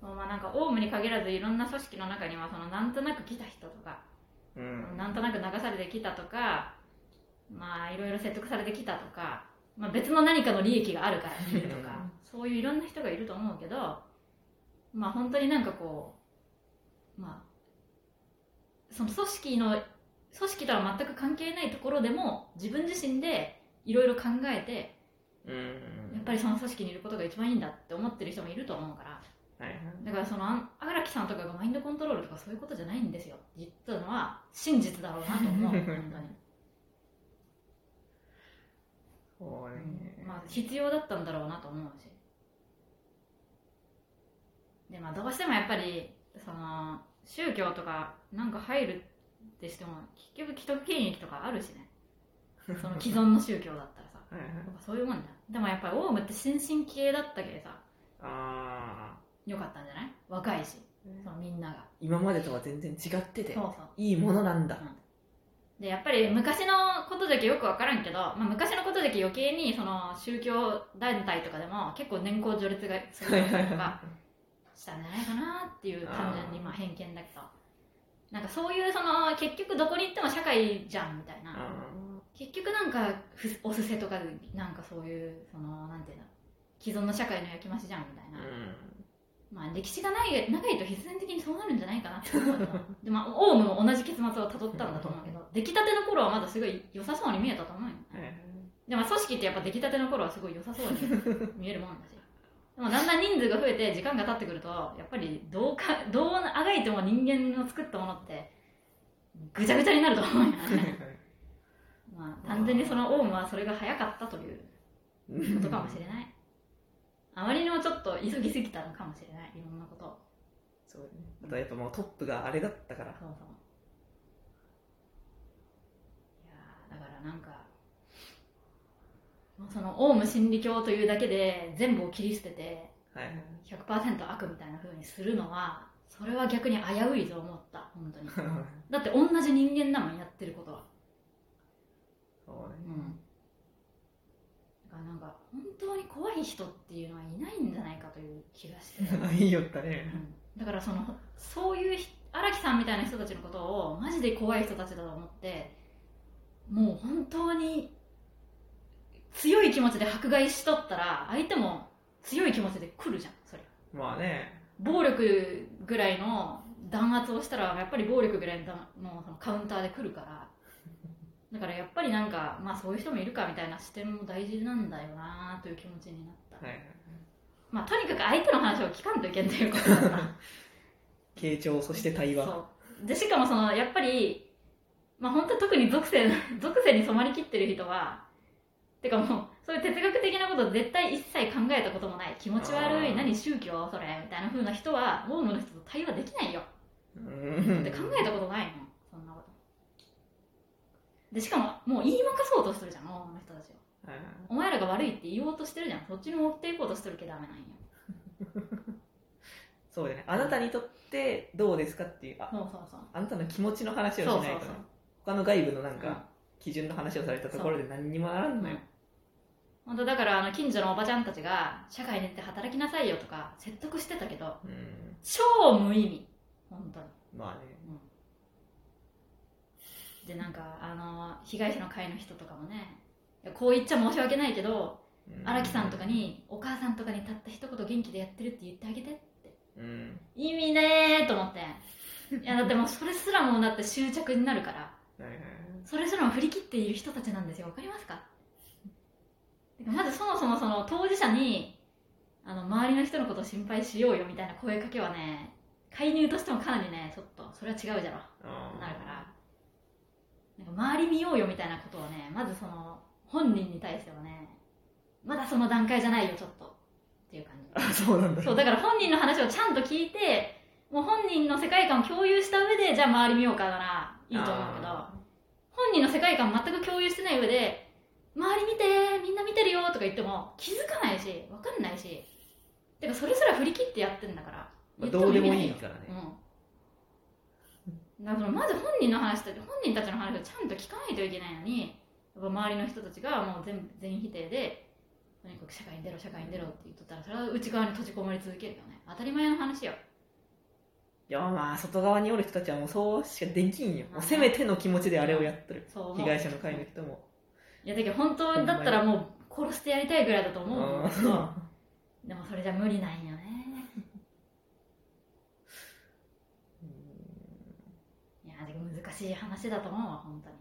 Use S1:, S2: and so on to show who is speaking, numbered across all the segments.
S1: そのまあなんかオウムに限らずいろんな組織の中にはそのなんとなく来た人とか、
S2: うん
S1: なんとなく流されてきたとかまあいろいろ説得されてきたとか、まあ、別の何かの利益があるから来てるとかそういういろんな人がいると思うけどまあ本当になんかこうまあその組織の組織とは全く関係ないところでも自分自身でいろいろ考えて
S2: うん
S1: やっぱりその組織にいることが一番いいんだって思ってる人もいると思うから
S2: はいはい
S1: だからそのあん荒木さんとかがマインドコントロールとかそういうことじゃないんですよって言ったのは真実だろうなと思う本当
S2: そう
S1: に、
S2: ね
S1: うんまあ必要だったんだろうなと思うしでまあどうしてもやっぱりその宗教とかなんか入るってしても結局既得権益とかあるしねその既存の宗教だったらさ
S2: はいはい
S1: やっぱそういうもんだでもやっぱりオウムって新進気鋭だったけどさ
S2: あ
S1: よかったんじゃない若いしそ
S2: あ
S1: のみんなが
S2: 今までとは全然違ってて
S1: そうそう
S2: いいものなんだ
S1: でやっぱり昔のことだけよく分からんけど、まあ、昔のことだけ余計にその宗教団体とかでも結構年功序列がす ごい人とかしたんじゃないかなっていう単純にまあ偏見だけどなんかそういうその結局どこに行っても社会じゃんみたいな
S2: あ
S1: 結局なんかふお布施とかでなんかそういうそのなんていうんだ既存の社会の焼き増しじゃんみたい
S2: ーう
S1: な、
S2: ん
S1: まあ、歴史がない長いと必然的にそうなるんじゃないかなって思うけどで、まあ、オウムも同じ結末をたどったんだと思うけど出来たての頃はまだすごい良さそうに見えたと思うよ
S2: はいはい
S1: でも組織ってやっぱ出来たての頃はすごい良さそうに見えるもんだしでもだんだん人数が増えて時間が経ってくるとやっぱりどうかどうあがいても人間の作ったものってぐちゃぐちゃになると思うよね、 まあ、完全にそのオウムはそれが早かったということかもしれないあまりにもちょっと急ぎすぎたのかもしれないいろんなことを
S2: そうねあとやっぱもうトップがあれだったから
S1: そうそういやーだからなんかもうそのオウム真理教というだけで全部を切り捨てて
S2: はいはい
S1: 100%悪みたいな風にするのはそれは逆に危ういと思った本当に
S2: そ
S1: だって同じ人間だもんやってることは
S2: うね
S1: うんだからなんか本当に怖い人っていうのはいないんじゃないかという気がして
S2: あいいよったね
S1: だからそのそういうひ荒木さんみたいな人たちのことをマジで怖い人たちだと思ってもう本当に強い気持ちで迫害しとったら相手も強い気持ちで来るじゃんそれ
S2: まあね
S1: 暴力ぐらいの弾圧をしたらやっぱり暴力ぐらいの弾もうそのカウンターで来るからだからやっぱりなんか、まあ、そういう人もいるかみたいな視点も大事なんだよなという気持ちになった、
S2: はいはい
S1: まあ、とにかく相手の話を聞かんといけんということだな
S2: 傾聴そして対話
S1: そうでしかもそのやっぱり、まあ、本当特に属性 属性に染まりきってる人はてかもうそういう哲学的なこと絶対一切考えたこともない気持ち悪
S2: あ
S1: い
S2: ー
S1: 何宗教それみたいな風な人はオウムの人と対話できないよ
S2: うん
S1: って考えたことないもんそんなことでしかももう言い負かそうとするじゃんオウムの人たちを
S2: はいはい
S1: お前らが悪いって言おうとしてるじゃんそっちに持っていこうとしてるけどダメなんよ
S2: そうだねあなたにとってどうですかっていうあ
S1: そうそうそう
S2: あなたの気持ちの話をし
S1: そう
S2: な
S1: そ
S2: いうと
S1: そ
S2: ね
S1: う
S2: 他の外部のなん
S1: うん
S2: か基準の話をされたところで何にもならんのよ
S1: 本当だからあの近所のおばちゃんたちが社会に出て働きなさいよとか説得してたけど
S2: うん
S1: 超無意味本当に、
S2: まあね
S1: うん、でなんかあの被害者の会の人とかもねいやこう言っちゃ申し訳ないけど
S2: うん
S1: 荒木さんとかにお母さんとかにたった一言元気でやってるって言ってあげて
S2: うん
S1: 意味ねーと思っていやだってもうそれすらもうだって執着になるから
S2: はいはい
S1: それすらも振り切っている人たちなんですよわかりますかてかまずそもそもその当事者にあの周りの人のことを心配しようよみたいな声かけはね介入としてもかなりねちょっとそれは違うじゃろ
S2: あー
S1: なるからなんか周り見ようよみたいなことをねまずその本人に対してはねまだその段階じゃないよちょっとっていう感じ
S2: あそうなんだ
S1: そうだから本人の話をちゃんと聞いてもう本人の世界観を共有した上でじゃあ周り見ようかならいいと思うけど
S2: あ
S1: 本人の世界観全く共有してない上で周り見てみんな見てるよとか言っても気づかないし分かんないしてかそれすら振り切ってやってんだから
S2: ま
S1: 言
S2: あ
S1: って
S2: どうで
S1: 意味
S2: も
S1: ない
S2: い
S1: よ
S2: からね
S1: うん、だからまず本人の話と本人たちの話をちゃんと聞かないといけないのにやっぱ周りの人たちがもう全部全否定でとにかく社会に出ろ社会に出ろって言っとったらそれは内側に閉じこもり続けるよね当たり前の話よ
S2: いやまあ外側におる人たちはもうそうしかできんよ、
S1: まあ
S2: もうせめての気持ちであれをやっとる
S1: そう思う
S2: 被害者の会の人も
S1: いやだけど本当だったらもう殺してやりたいぐらいだと思うんだけど
S2: あ
S1: でもそれじゃ無理なんよね
S2: ー
S1: いやでも難しい話だと思うわ本当に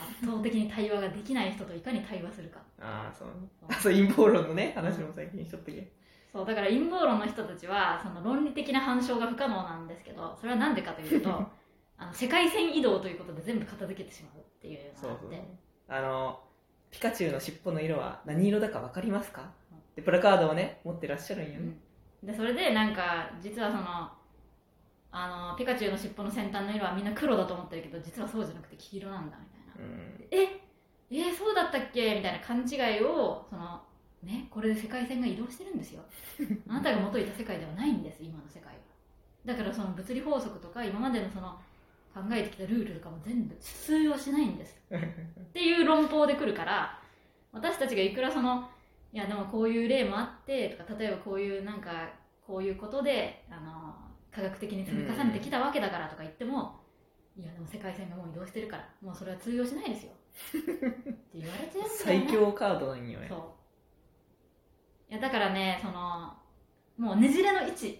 S1: 圧倒的に対話ができない人といかに対話するか
S2: あーそうねあそう陰謀論のね話も最近しとったけど
S1: そうだから陰謀論の人たちはその論理的な反証が不可能なんですけどそれは何でかという とあの世界線移動ということで全部片付けてしまうっていうの
S2: そ
S1: があ
S2: う
S1: って
S2: そうあのピカチュウの尻尾の色は何色だか分かりますかでプラカードをね持ってらっしゃるんよね、
S1: でそれでなんか実はそのあのピカチュウの尻尾の先端の色はみんな黒だと思ってるけど実はそうじゃなくて黄色なんだみたいな
S2: うん
S1: ええーそうだったっけみたいな勘違いをそのねこれで世界線が移動してるんですよあなたが元いた世界ではないんです今の世界はだからその物理法則とか今までのその考えてきたルールとかも全部通用しないん ですっていう論法で来るから私たちがいくらそのいやでもこういう例もあってとか例えばこういうなんかこういうことであの科学的に積み重ねてきたわけだからとか言っても、いやでも世界線がもう移動してるからもうそれは通用しない ですよって言われちゃうんだよね
S2: 最強カードなんよね
S1: そういやだからねそのもうねじれの位置 立ち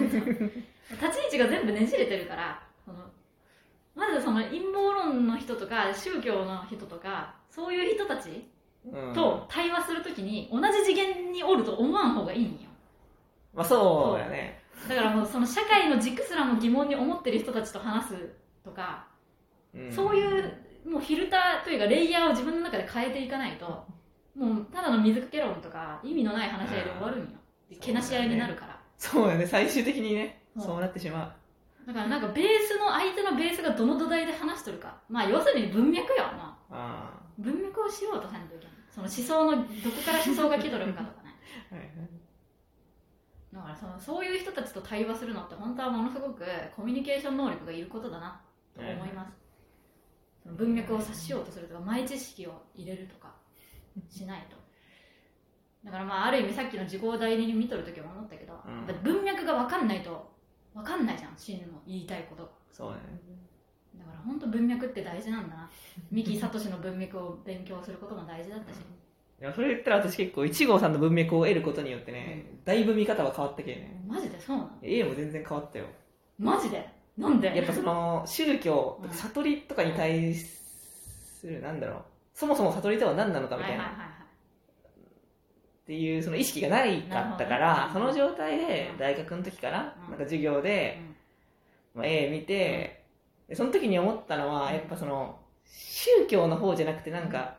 S1: 位置が全部ねじれてるからそのまずその陰謀論の人とか宗教の人とかそういう人たち
S2: うん
S1: と対話するときに同じ次元におると思わん方がいいんよ
S2: まあそうだね
S1: だからもうその社会の軸すらも疑問に思ってる人たちと話すとか、
S2: うん
S1: そういうもうフィルターというかレイヤーを自分の中で変えていかないともうただの水かけ論とか意味のない話し合いで終わるんよでけなし合いになるから
S2: そうだね最終的にね
S1: うん
S2: そうなってしま
S1: だからなんかベースの相手のベースがどの土台で話しとるかまあ要するに文脈よな
S2: うあ
S1: 文脈を知ろうとせんといけないその思想のどこから思想が来とるのかとかね
S2: あはいはい
S1: だからそのそういう人たちと対話するのって本当はものすごくコミュニケーション能力がいることだなと思います、その文脈を察しようとするとか前知識を入れるとかしないとだからまあある意味さっきの時効代理人見とる時も思ったけど、
S2: うん
S1: やっぱ文脈が分かんないと分かんないじゃん真の言いたいことが
S2: そうだね
S1: だから本当文脈って大事なんだな三木聡の文脈を勉強することも大事だったし、
S2: でもそれ言ったら私結構1号さんの文脈を得ることによってねだいぶ見方は変わったけどね
S1: マジでそうなの
S2: A も全然変わったよ
S1: マジでなんで
S2: やっぱその宗教と
S1: うん
S2: か悟りとかに対するなんだろうそもそも悟りとは何なのか
S1: はい
S2: み
S1: は
S2: た
S1: いは
S2: い
S1: い
S2: な
S1: は
S2: っていうその意識がないかったか
S1: なる
S2: ら、
S1: ほ
S2: そ
S1: どね
S2: の状態で
S1: うん
S2: 大学の時から
S1: うん
S2: なんか授業
S1: い、
S2: で、まあ、絵見て、でその時に思ったの
S1: う
S2: は
S1: ん
S2: やっぱその宗教の方じゃなくてなんか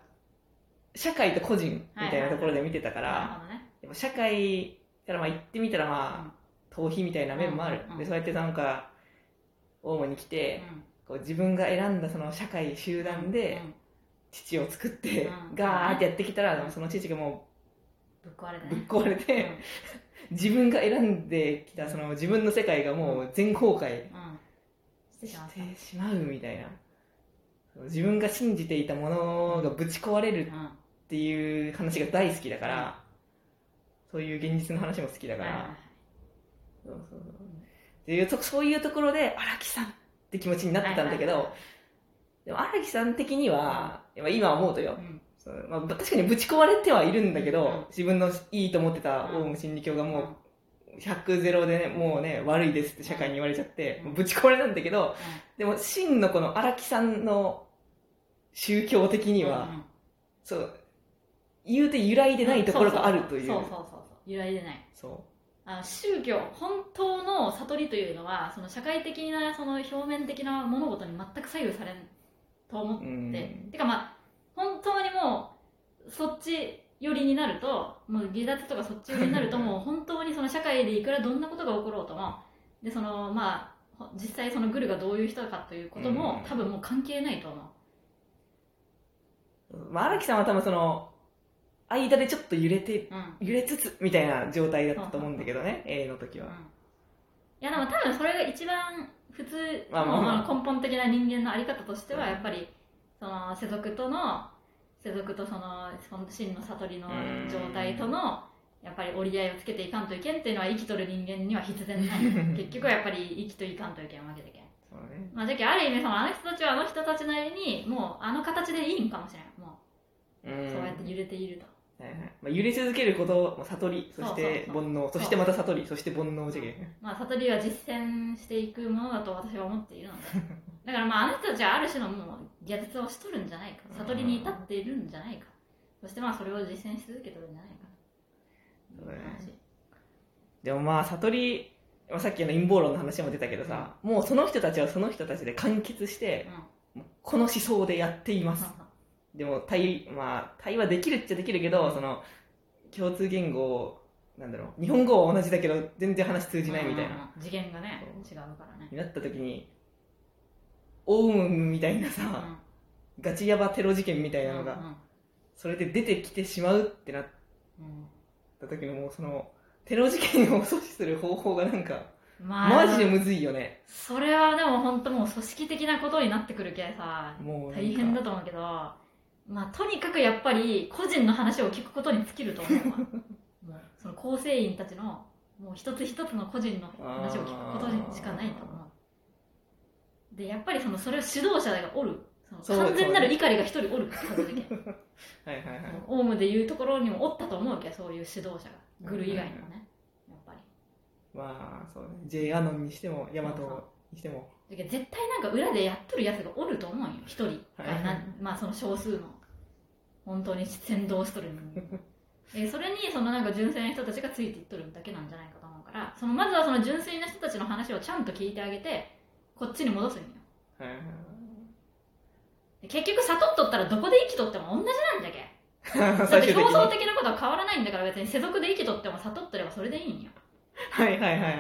S2: 社会と個人みたいなところで見てたか、
S1: からなるほどね
S2: でも社会からまあ行ってみたらまあ逃避みたいな面もある、
S1: うんうん
S2: でそうやってなんかオウムに来て、こう自分が選んだその社会集団で
S1: うん
S2: 父を作って
S1: うん
S2: ガーってやってきたらその父がも
S1: ぶっ壊れた
S2: うぶっ
S1: ね
S2: 壊れて自分が選んできたその自分の世界がもう全崩壊
S1: うんうんして
S2: し
S1: しまった
S2: てしまうみたいな自分が信じていたものがぶち壊れる
S1: うん
S2: っていう話が大好きだからそういう現実の話も好きだか
S1: はいはいは
S2: ら
S1: い
S2: そうそうそうっていうとそういうところで荒木さんって気持ちになってたんだけ
S1: はいは
S2: どでも荒木さん的にはまあ今思うとよ
S1: うん
S2: そうまあ、確かにぶち壊れてはいるんだけど、
S1: うん
S2: 自分のいいと思ってた
S1: うん
S2: オウム真理教がもう100ゼロで、ね、もうね悪いですって社会に言われちゃって、もうぶち壊れなんだけどでも真のこの荒木さんの宗教的には、
S1: うん
S2: そう言うて揺らいでないところがあるという、
S1: そうそうそうそう揺らいでない
S2: そ
S1: あの宗教本当の悟りというのはその社会的なその表面的な物事に全く左右されんと思っ
S2: うう
S1: て、
S2: ん
S1: てかまあ本当にもうそっち寄りになるともう離脱とかそっち寄りにな るともう本当にその社会でいくらどんなことが起ころうともでそのまあほ実際そのグルがどういう人かということも、
S2: うん
S1: 多分もう関係ないと思う
S2: まあ、荒木さんは多分その間でちょっと揺れて
S1: うん
S2: 揺れつつみたいな状態だったと思うんだけどね、A の時は、
S1: いやでも多分それが一番普通
S2: まあまあまあ
S1: その根本的な人間のあり方としては
S2: うん
S1: やっぱりその世俗との世世俗とそのその真の悟りの状態とのやっぱり折り合いをつけていかんといけんっていうのは生きとる人間には必然ない 結局はやっぱり生きといかんといけんわけでけん、
S2: そうね。
S1: まあ、じゃけある意味そのあの人たちはあの人たちなりにもうあの形でいいんかもしれんも
S2: う。
S1: うんそうやって揺れていると、
S2: はいはいまあ、揺れ続けること、まあ、悟り、そして
S1: そうそうそう
S2: 煩悩、そしてまた悟り、そして煩悩じゃけん。
S1: まあ、悟りは実践していくものだと私は思っているのでだからまああの人たちはある種のもう逆説をしとるんじゃないか悟りに至っているんじゃないかそしてまあそれを実践し続けとるんじゃないか
S2: そうだね
S1: 話
S2: でもまあ悟り、まあ、さっきの陰謀論の話も出たけどさ、もうその人たちはその人たちで完結して、もうこの思想でやっています。
S1: う
S2: でも対、まあ、対話できるっちゃできるけど、その、共通言語を、なんだろう、日本語は同じだけど、全然話通
S1: ん
S2: じないみたいな。
S1: うん次元がね
S2: そう
S1: 違うからね
S2: になった時に、オウムみたいな
S1: うん
S2: さ、ガチヤバテロ事件みたいなの
S1: うん
S2: が、
S1: うん
S2: それで出てきてしまうってなっ
S1: う
S2: た時のもうその、テロ事件を阻止する方法がなんか、
S1: んまあ、
S2: マジでむずいよね。
S1: それはでも本当もう組織的なことになってくるけさ
S2: もうなんか
S1: 大変だと思うけどまあとにかくやっぱり個人の話を聞くことに尽きると 思うわもうその構成員たちのもう一つ一つの個人の話を聞くことにしかないと思うでやっぱりそのそれを指導者がおるそ
S2: そう
S1: の完全なる怒りが一人おるって ことだけ
S2: はいはいはい。
S1: オウムでいうところにもおったと思うけどそういう指導者がグル以外にもねやっぱり
S2: まあ、そうね。J アノンにしても、ヤマ
S1: そうそう
S2: トにしても。
S1: だけど絶対なんか裏でやっとるやつがおると思うよ一人が
S2: はい
S1: なまあその少数の本当に先導しとる 人間えそれにそのなんか純粋な人たちがついていっとるだけなんじゃないかと思うからそのまずはその純粋な人たちの話をちゃんと聞いてあげてこっちに戻すんよ
S2: はいはいはい
S1: で結局悟っとったらどこで生きとっても同じなんじゃけだっ
S2: 最
S1: て
S2: 終的に。
S1: 表層
S2: は
S1: 的なことは変わらないんだから別に世俗で生きとっても悟っとればそれでいいんよ
S2: いはいはいはい。